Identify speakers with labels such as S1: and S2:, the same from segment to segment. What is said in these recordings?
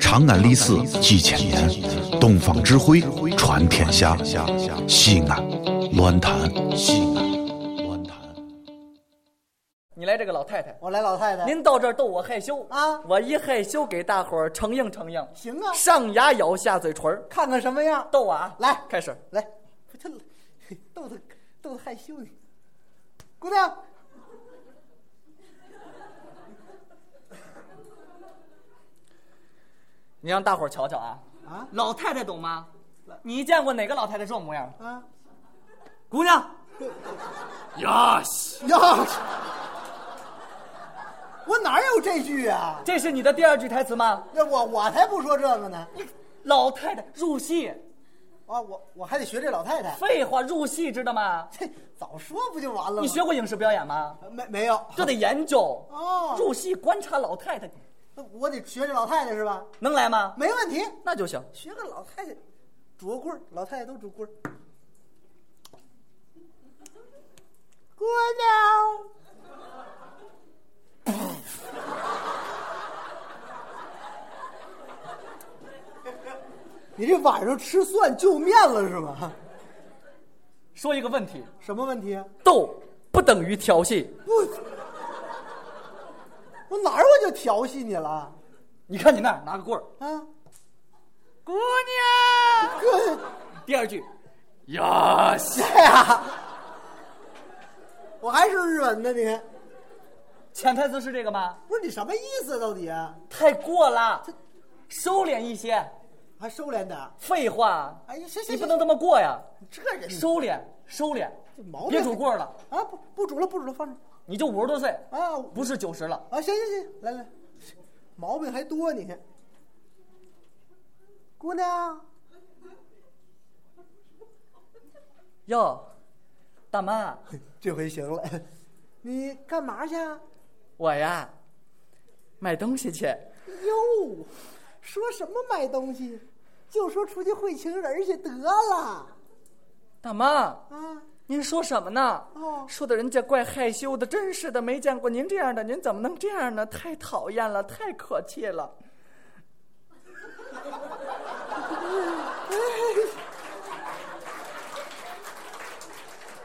S1: 长安历史几千年，东方智慧传天下。西安，乱谈西安，乱谈。
S2: 你来这个老太太，
S3: 我来老太太，
S2: 您到这儿逗我害羞
S3: 啊
S2: 我一害羞给大伙儿承应承应，
S3: 行啊，
S2: 上牙咬下嘴唇儿，
S3: 看看什么样？
S2: 逗我啊！
S3: 来
S2: 开始。
S3: 来，不他逗他逗他害羞呢。姑娘，
S2: 你让大伙儿瞧瞧啊！
S3: 啊
S2: 老太太懂吗？你见过哪个老太太这模样？
S3: 啊，
S2: 姑娘，呀西，
S3: 呀，我哪有这句啊？
S2: 这是你的第二句台词吗？
S3: 那我我才不说这个呢！
S2: 老太太入戏，
S3: 啊，我我还得学这老太太，
S2: 废话，入戏知道吗？
S3: 嘿，早说不就完了吗？
S2: 你学过影视表演吗？
S3: 没没有？
S2: 这得研究
S3: 哦
S2: 入戏观察老太太，
S3: 那我得学这老太太是吧？
S2: 能来吗？
S3: 没问题，
S2: 那就行。
S3: 学个老太太，拄个棍儿，老太太都拄棍儿。姑娘，你这晚上吃蒜就面了是吧？
S2: 说一个问题，
S3: 什么问题啊？
S2: 逗不等于调戏。
S3: 不，我哪儿我就调戏你了
S2: 你看你那儿拿个棍儿，
S3: 啊？
S2: 姑娘。
S3: 哥，
S2: 第二句，呀西，
S3: 哎呀，我还是日文呢你。
S2: 潜台词是这个吗？
S3: 不是你什么意思啊到底啊？
S2: 太过了，收敛一些。
S3: 还收敛点儿？
S2: 废话，
S3: 哎呀，行行，
S2: 你不
S3: 行
S2: 能这么过呀，
S3: 这嗯人
S2: 收敛，收敛
S3: 这毛，
S2: 别
S3: 病
S2: 拄棍儿了，
S3: 啊！不不煮了，不煮了，放着
S2: 你就五十多岁，
S3: 啊
S2: 不是九十了。
S3: 啊！行行行，来来，毛病还多你。姑娘，
S2: 哟，大妈，
S3: 这回行了，你干嘛去？啊？
S2: 我呀，买东西去。
S3: 哟，说什么买东西，就说出去会情人儿去得了
S2: 大妈，
S3: 啊！
S2: 您说什么呢？
S3: 哦
S2: 说的人家怪害羞的，真是的，没见过您这样的，您怎么能这样呢？太讨厌了，太可气了。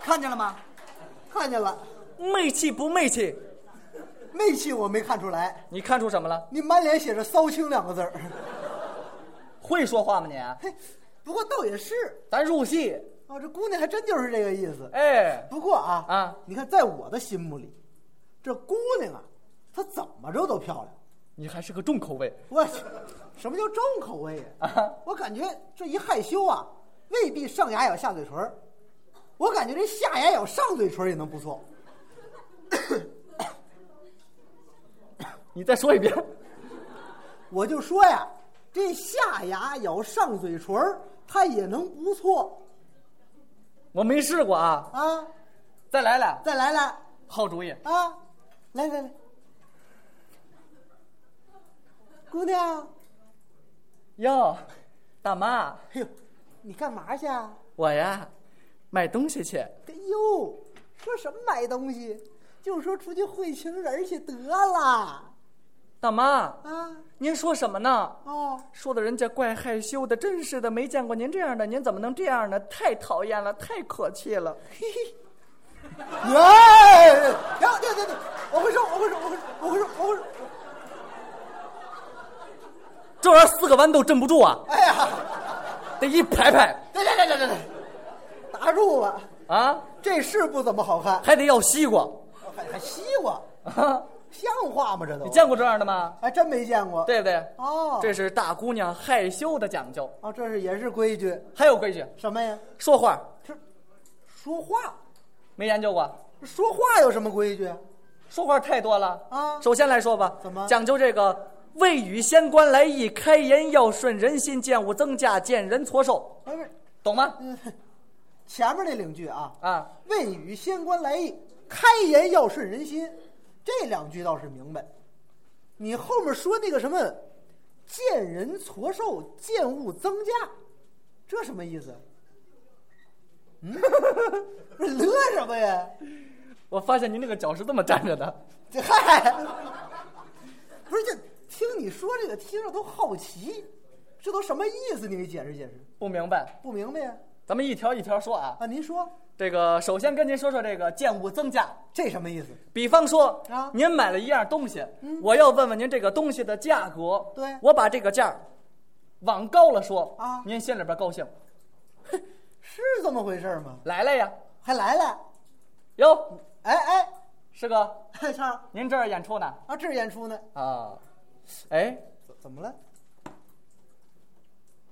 S2: 看见了吗？
S3: 看见了，
S2: 媚气不媚气？
S3: 媚气我没看出来，
S2: 你看出什么了？
S3: 你满脸写着“骚青”两个字儿。
S2: 会说话吗你？
S3: 嘿， 不过倒也是，
S2: 咱入戏，
S3: 哦，这姑娘还真就是这个意思。
S2: 哎，
S3: 不过啊
S2: 啊
S3: 你看，在我的心目里，这姑娘啊，她怎么着都漂亮。
S2: 你还是个重口味。
S3: 我去，什么叫重口味呀、
S2: 啊
S3: 我感觉这一害羞啊，未必上牙咬下嘴唇儿我感觉这下牙咬上嘴唇儿也能不错。
S2: 哎你再说一遍，
S3: 我就说呀，这下牙咬上嘴唇儿它也能不错
S2: 我没试过啊，
S3: 啊！
S2: 再来来，
S3: 再来来
S2: 好主意。
S3: 啊，来来来，姑娘。
S2: 哟，大妈，
S3: 哎呦，你干嘛去啊？
S2: 我呀，买东西去。
S3: 哎呦，说什么买东西，就说出去会情人儿去得了
S2: 大妈，
S3: 啊！
S2: 您说什么呢？
S3: 哦，
S2: 说的人家怪害羞的，真是的，没见过您这样的，您怎么能这样呢？太讨厌了，太可气了。哎
S3: 耶！然后对对对，我会说，我会说，我会说，我会说，我会说。
S2: 这玩意儿四个弯都镇不住啊，
S3: 哎呀，
S2: 得一排排
S3: 对对对对对对，打住吧，
S2: 啊，
S3: 这是不怎么好看，
S2: 还得要西瓜。
S3: 还还西瓜，
S2: 啊，
S3: 像话吗？这都
S2: 你见过这样的吗？
S3: 还真没见过。
S2: 对不对？
S3: 哦，
S2: 这是大姑娘害羞的讲究。
S3: 哦，这是也是规矩，
S2: 还有规矩，
S3: 什么呀？
S2: 说话
S3: 这说话，
S2: 没研究过，
S3: 说话有什么规矩？
S2: 说话太多了
S3: 啊
S2: 首先来说吧，
S3: 怎么
S2: 讲究这个未语先观来意，开言要顺人心，见物增加，见人挫寿，
S3: 哎不是。
S2: 懂吗？
S3: 嗯，前面那两句啊，
S2: 啊，
S3: 未语先观来意，开言要顺人心，这两句倒是明白。你后面说那个什么，见人矬寿，见物增加，这什么意思？嗯， 不是乐什么呀？
S2: 我发现您这个脚是这么站着的，
S3: 这嗨，不是这听你说这个，听着都好奇，这都什么意思？你给解释解释，
S2: 不明白，
S3: 不明白呀？
S2: 咱们一条一条说啊。
S3: 啊，您说
S2: 这个首先跟您说说这个建物增价，
S3: 这什么意思？
S2: 比方说
S3: 啊嗯
S2: 您买了一样东西，我要问问您这个东西的价格，
S3: 对
S2: 我把这个价儿往高了说
S3: 啊
S2: 您心里边高兴，
S3: 是这么回事儿吗？
S2: 来了呀，
S3: 还来了？
S2: 哟，
S3: 哎哎，
S2: 师哥，
S3: 嗨，畅儿
S2: 您这儿演出呢？
S3: 啊，这儿演出呢？
S2: 啊，哎，
S3: 怎怎么了？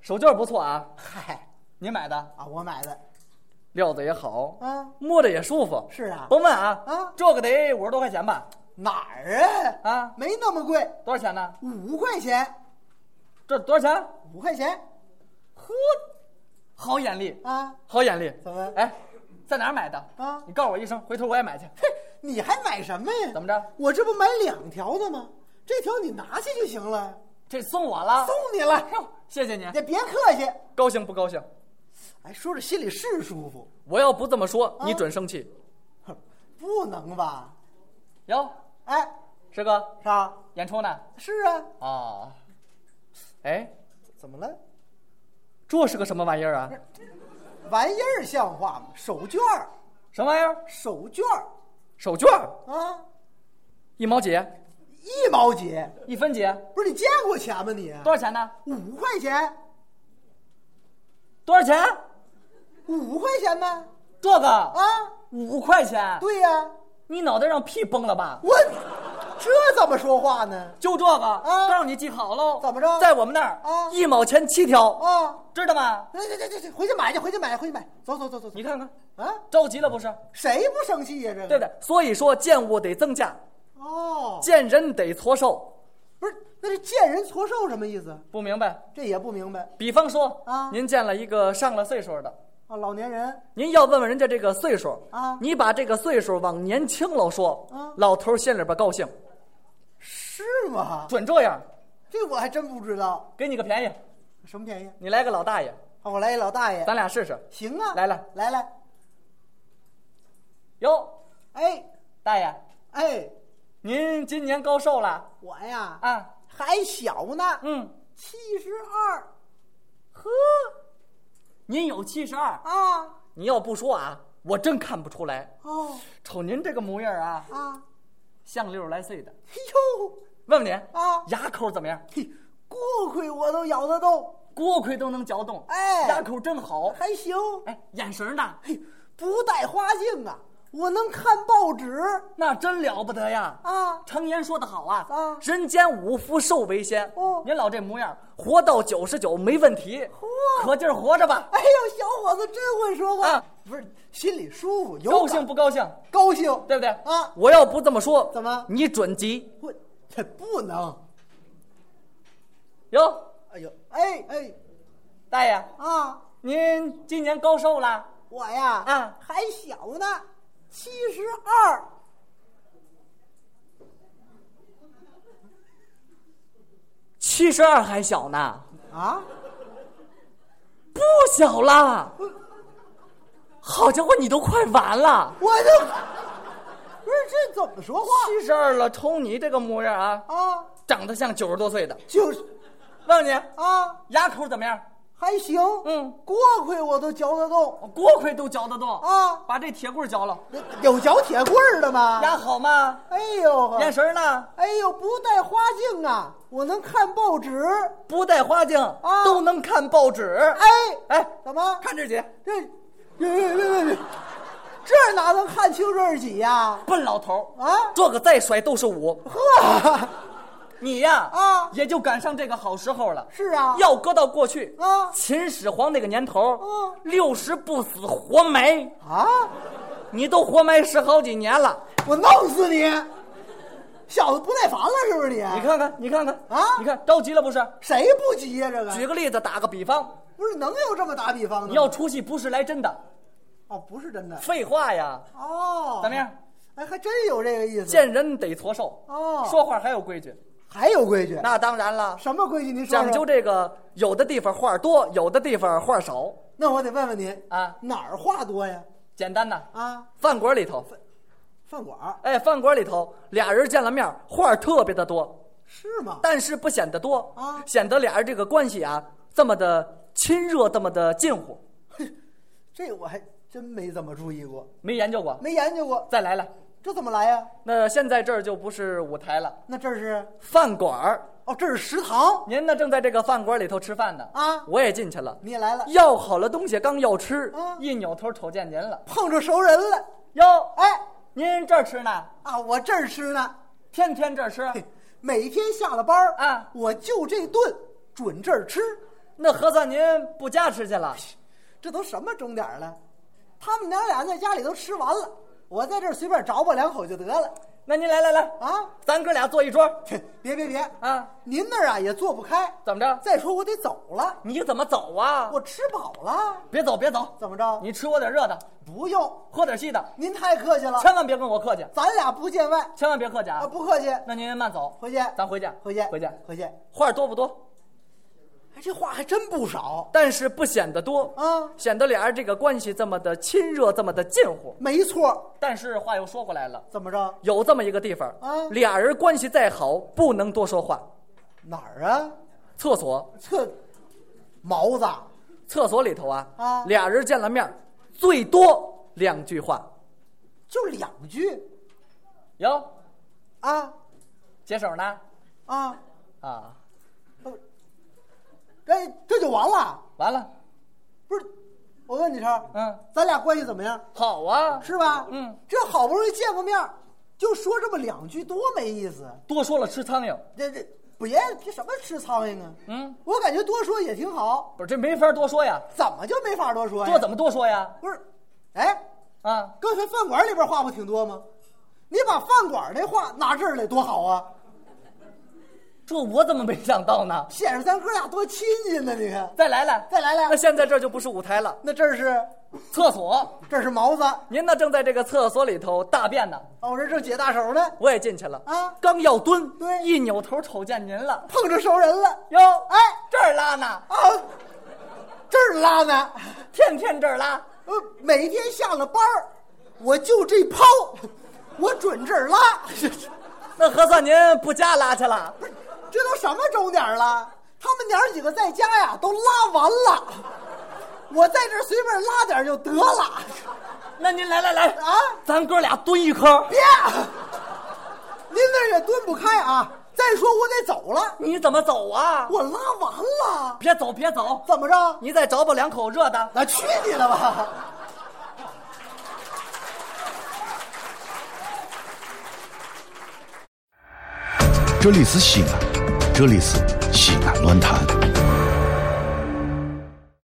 S2: 手绢不错啊，
S3: 嗨
S2: 您买的，
S3: 啊，我买的
S2: 料子也好，
S3: 啊，
S2: 摸着也舒服，
S3: 是啊，
S2: 甭问啊，
S3: 啊
S2: 这个得五十多块钱吧？
S3: 哪儿啊？
S2: 啊，
S3: 没那么贵，
S2: 多少钱呢？
S3: 五块钱，
S2: 这多少钱？
S3: 五块钱
S2: 呵，好眼力，
S3: 啊！
S2: 好眼力，
S3: 怎么
S2: 哎，在哪儿买的？
S3: 啊
S2: 你告诉我一声，回头我也买去。
S3: 嘿，你还买什么呀？
S2: 怎么着？
S3: 我这不买两条的吗？这条你拿去就行了，
S2: 这送我了，
S3: 送你了，
S2: 哟，谢谢您
S3: 你，别客气。
S2: 高兴不高兴？
S3: 哎，说着心里是舒服，
S2: 我要不这么说，
S3: 啊
S2: 你准生气。
S3: 哼不能吧？
S2: 哟，
S3: 哎，
S2: 师哥，
S3: 是吧？
S2: 演出呢？
S3: 是啊，
S2: 啊，哎，
S3: 怎么了？
S2: 这是个什么玩意儿啊？
S3: 玩意儿像话吗？手绢儿，
S2: 什么玩意儿？
S3: 手绢儿
S2: 手绢儿
S3: 啊，
S2: 一毛几？
S3: 一毛几？
S2: 一分几？
S3: 不是你见过钱吗你？
S2: 多少钱呢？
S3: 五块钱，
S2: 多少钱？
S3: 五块钱呗。
S2: 这个
S3: 啊，
S2: 五块钱？
S3: 对呀、
S2: 你脑袋让屁崩了吧？
S3: 我这怎么说话呢？
S2: 就这个，
S3: 啊
S2: 都让你记好喽。
S3: 怎么着
S2: 在我们那儿
S3: 啊
S2: 一毛钱七条，
S3: 啊，
S2: 知道吗？
S3: 这这这这，回去买去，回去买，回去买，走走走走走
S2: 你。看看，
S3: 啊，
S2: 着急了不是？
S3: 谁不生气呀、这个
S2: 对不对？所以说，见物得增价，
S3: 哦，
S2: 见人得矬瘦，
S3: 不是，那是见人矬瘦什么意思？
S2: 不明白？
S3: 这也不明白
S2: 比方说，
S3: 啊
S2: 您见了一个上了岁数的，
S3: 啊！老年人
S2: 您要问问人家这个岁数
S3: 啊
S2: 你把这个岁数往年轻了说，
S3: 啊
S2: 老头儿心里边高兴，
S3: 是吗？
S2: 准这样，
S3: 这我还真不知道，
S2: 给你个便宜，
S3: 什么便宜？
S2: 你来个老大爷，
S3: 啊，我来一老大爷，
S2: 咱俩试试。
S3: 行啊，
S2: 来来
S3: 来来，
S2: 哟，
S3: 哎
S2: 大爷，
S3: 哎，
S2: 您今年高寿了
S3: 我呀、
S2: 啊？
S3: 还小呢，
S2: 嗯，
S3: 七十二
S2: 呵，您有七十二，
S3: 啊
S2: 你要不说啊，我真看不出来。
S3: 哦
S2: 瞅您这个模样啊，
S3: 啊，
S2: 像六十来岁的。
S3: 嘿呦
S2: 问问您，
S3: 啊，
S2: 牙口怎么样？
S3: 嘿，锅盔我都咬得动，
S2: 锅盔都能嚼动，
S3: 哎
S2: 牙口真好。
S3: 还行，
S2: 哎，眼神呢？
S3: 嘿，不戴花镜啊，我能看报纸
S2: 那真了不得呀！
S3: 啊。
S2: 常言说得好啊，
S3: 啊
S2: 人间五福寿为先。
S3: 哦
S2: 您老这模样，活到九十九没问题，可劲儿活着吧，
S3: 哎呦，小伙子真会说话，
S2: 啊
S3: 不是心里舒服，有
S2: 高
S3: 感
S2: 兴不高兴？
S3: 高兴？
S2: 对不对？
S3: 啊
S2: 我要不这么说，
S3: 怎么
S2: 你准急
S3: 不，这不能。
S2: 哟，
S3: 哎呦，哎哎
S2: 大爷，
S3: 啊，
S2: 您今年高寿了？
S3: 我呀
S2: 啊
S3: 还小呢，七十二。
S2: 七十二还小呢，
S3: 啊，
S2: 不小了。好家伙，你都快完了。
S3: 我这 不是这怎么说话
S2: 七十二了，瞅你这个模样啊，
S3: 啊？
S2: 长得像九十多岁的。
S3: 就是
S2: 问问你，
S3: 啊，
S2: 牙口怎么样？
S3: 还行，
S2: 嗯，
S3: 锅盔我都嚼得动
S2: 锅盔都嚼得动，
S3: 啊。
S2: 把这铁棍儿嚼了，
S3: 有嚼铁棍儿的吗？
S2: 牙好吗？
S3: 哎呦呵，
S2: 眼神儿呢？
S3: 哎呦，不戴花镜啊，我能看报纸。
S2: 不戴花镜
S3: 啊
S2: 都能看报纸。
S3: 哎，
S2: 哎，
S3: 怎么？
S2: 看这姐，
S3: 这，这这这这，这哪能看清这是几呀？
S2: 笨老头儿，
S3: 啊，
S2: 这个再甩都是五。
S3: 呵，
S2: 你呀，
S3: 啊
S2: 也就赶上这个好时候了。
S3: 是啊，
S2: 要搁到过去，
S3: 啊
S2: 秦始皇那个年头儿
S3: 嗯，
S2: 六十不死活埋，
S3: 啊，
S2: 你都活埋十好几年了。
S3: 我弄死你！小子不耐烦了是不是你？
S2: 你看看，你看看
S3: 啊
S2: 你看着急了不是？
S3: 谁不急呀、这
S2: 举
S3: 个
S2: 个例子，打个比方，
S3: 不是能有这么打比方的吗？
S2: 你要出戏不是来真的，
S3: 哦，不是真的
S2: 废话呀，
S3: 哦。
S2: 嗯怎么？样？
S3: 哎，还真有这个意思。
S2: 见人得矬瘦
S3: 哦
S2: 说话还有规矩。
S3: 还有规矩？
S2: 那当然了，
S3: 什么规矩？您说说
S2: 讲究。这个，有的地方话多，有的地方话少。
S3: 那我得问问您
S2: 啊
S3: 哪儿话多呀？
S2: 简单呐，
S3: 啊，
S2: 饭馆里头，
S3: 饭馆儿
S2: 哎，饭馆里头俩人见了面，话特别的多。
S3: 是吗？
S2: 但是不显得多
S3: 啊
S2: 显得俩人这个关系啊这么的亲热，这么的近乎，
S3: 这我还真没怎么注意过，
S2: 没研究过。
S3: 没研究过，
S2: 再来来，
S3: 这怎么来呀、
S2: 那现在这儿就不是舞台了，
S3: 那这是
S2: 饭馆儿。
S3: 哦，这是食堂，
S2: 您呢正在这个饭馆里头吃饭呢
S3: 啊
S2: 我也进去了，
S3: 你也来了，
S2: 要好了东西刚要吃，
S3: 啊
S2: 一扭头瞅见您了，
S3: 碰着熟人了，
S2: 哟，
S3: 哎
S2: 您这儿吃呢？
S3: 啊，我这儿吃呢，
S2: 天天这儿吃，
S3: 嘿每天下了班儿
S2: 啊
S3: 我就这顿准这儿吃，
S2: 那合算您不家吃去了？
S3: 这都什么钟点儿了？他们娘俩在家里都吃完了，我在这儿随便找吧两口就得了
S2: 那您来来来，
S3: 啊！
S2: 咱哥俩坐一桌
S3: 嘿别别别，
S2: 啊？
S3: 您那儿啊也坐不开，
S2: 怎么着？
S3: 再说我得走了，
S2: 你怎么走啊？
S3: 我吃饱了，
S2: 别走别走，
S3: 怎么着？
S2: 你吃我点热的，
S3: 不用，
S2: 喝点稀的，
S3: 您太客气了，
S2: 千万别跟我客气，
S3: 咱俩不见外
S2: 千万别客气啊
S3: 啊，！不客气，
S2: 那您慢走，
S3: 回去，
S2: 咱回去，
S3: 回去，
S2: 回去。
S3: 回去。
S2: 话多不多，
S3: 哎，这话还真不少
S2: 但是不显得多，
S3: 啊，
S2: 显得俩人这个关系这么的亲热，这么的近乎。
S3: 没错，
S2: 但是话又说回来了，
S3: 怎么着？
S2: 有这么一个地方，
S3: 啊
S2: 俩人关系再好，不能多说话。
S3: 哪儿啊？
S2: 厕所，
S3: 这毛子
S2: 厕所里头啊，
S3: 啊
S2: 俩人见了面，最多两句话。
S3: 就两句
S2: 哟，
S3: 啊
S2: 解手呢？
S3: 啊，
S2: 啊，
S3: 不哎，这就完了。
S2: 完了，
S3: 不是，我问你超，
S2: 嗯，
S3: 咱俩关系怎么样？
S2: 好啊，
S3: 是吧？
S2: 嗯，
S3: 这好不容易见个面儿，就说这么两句，多没意思。
S2: 多说了吃苍蝇，
S3: 这这别这什么吃苍蝇啊？
S2: 嗯，
S3: 我感觉多说也挺好，
S2: 不是这没法多说呀，
S3: 怎么就没法多说呀？
S2: 多怎么多说哎呀？
S3: 不是？哎，
S2: 啊，
S3: 刚才饭馆里边话不挺多吗？你把饭馆那话拿这儿来多好啊！
S2: 这我怎么没想到呢？
S3: 显示咱哥俩多亲近呢，你看。
S2: 再来来，
S3: 再来
S2: 那
S3: 来，
S2: 现在这就不是舞台了，
S3: 那这是
S2: 厕所，
S3: 这是毛子
S2: 您呢正在这个厕所里头大便呢，
S3: 哦，我这正解大手呢，
S2: 我也进去了
S3: 啊
S2: 刚要蹲，
S3: 对
S2: 一扭头瞅见您了，
S3: 碰着熟人了
S2: 哟，
S3: 哎
S2: 这儿拉呢，
S3: 啊，这儿拉呢，
S2: 天天这儿拉，
S3: 呃，每天下了班儿，我就这抛，我准这儿拉，
S2: 那合算您不家拉去了？
S3: 这都什么钟点儿了？他们娘儿几个在家呀都拉完了，我在这儿随便拉点儿就得了
S2: 那您来来来
S3: 啊！
S2: 咱哥俩蹲一坑，
S3: 别，您那儿也蹲不开啊！再说我得走了，
S2: 你怎么走啊？
S3: 我拉完了，
S2: 别走别走，
S3: 怎么着？
S2: 你再找吧两口热的。
S3: 那去你的吧！
S1: 这里是西安，这里是西安论坛。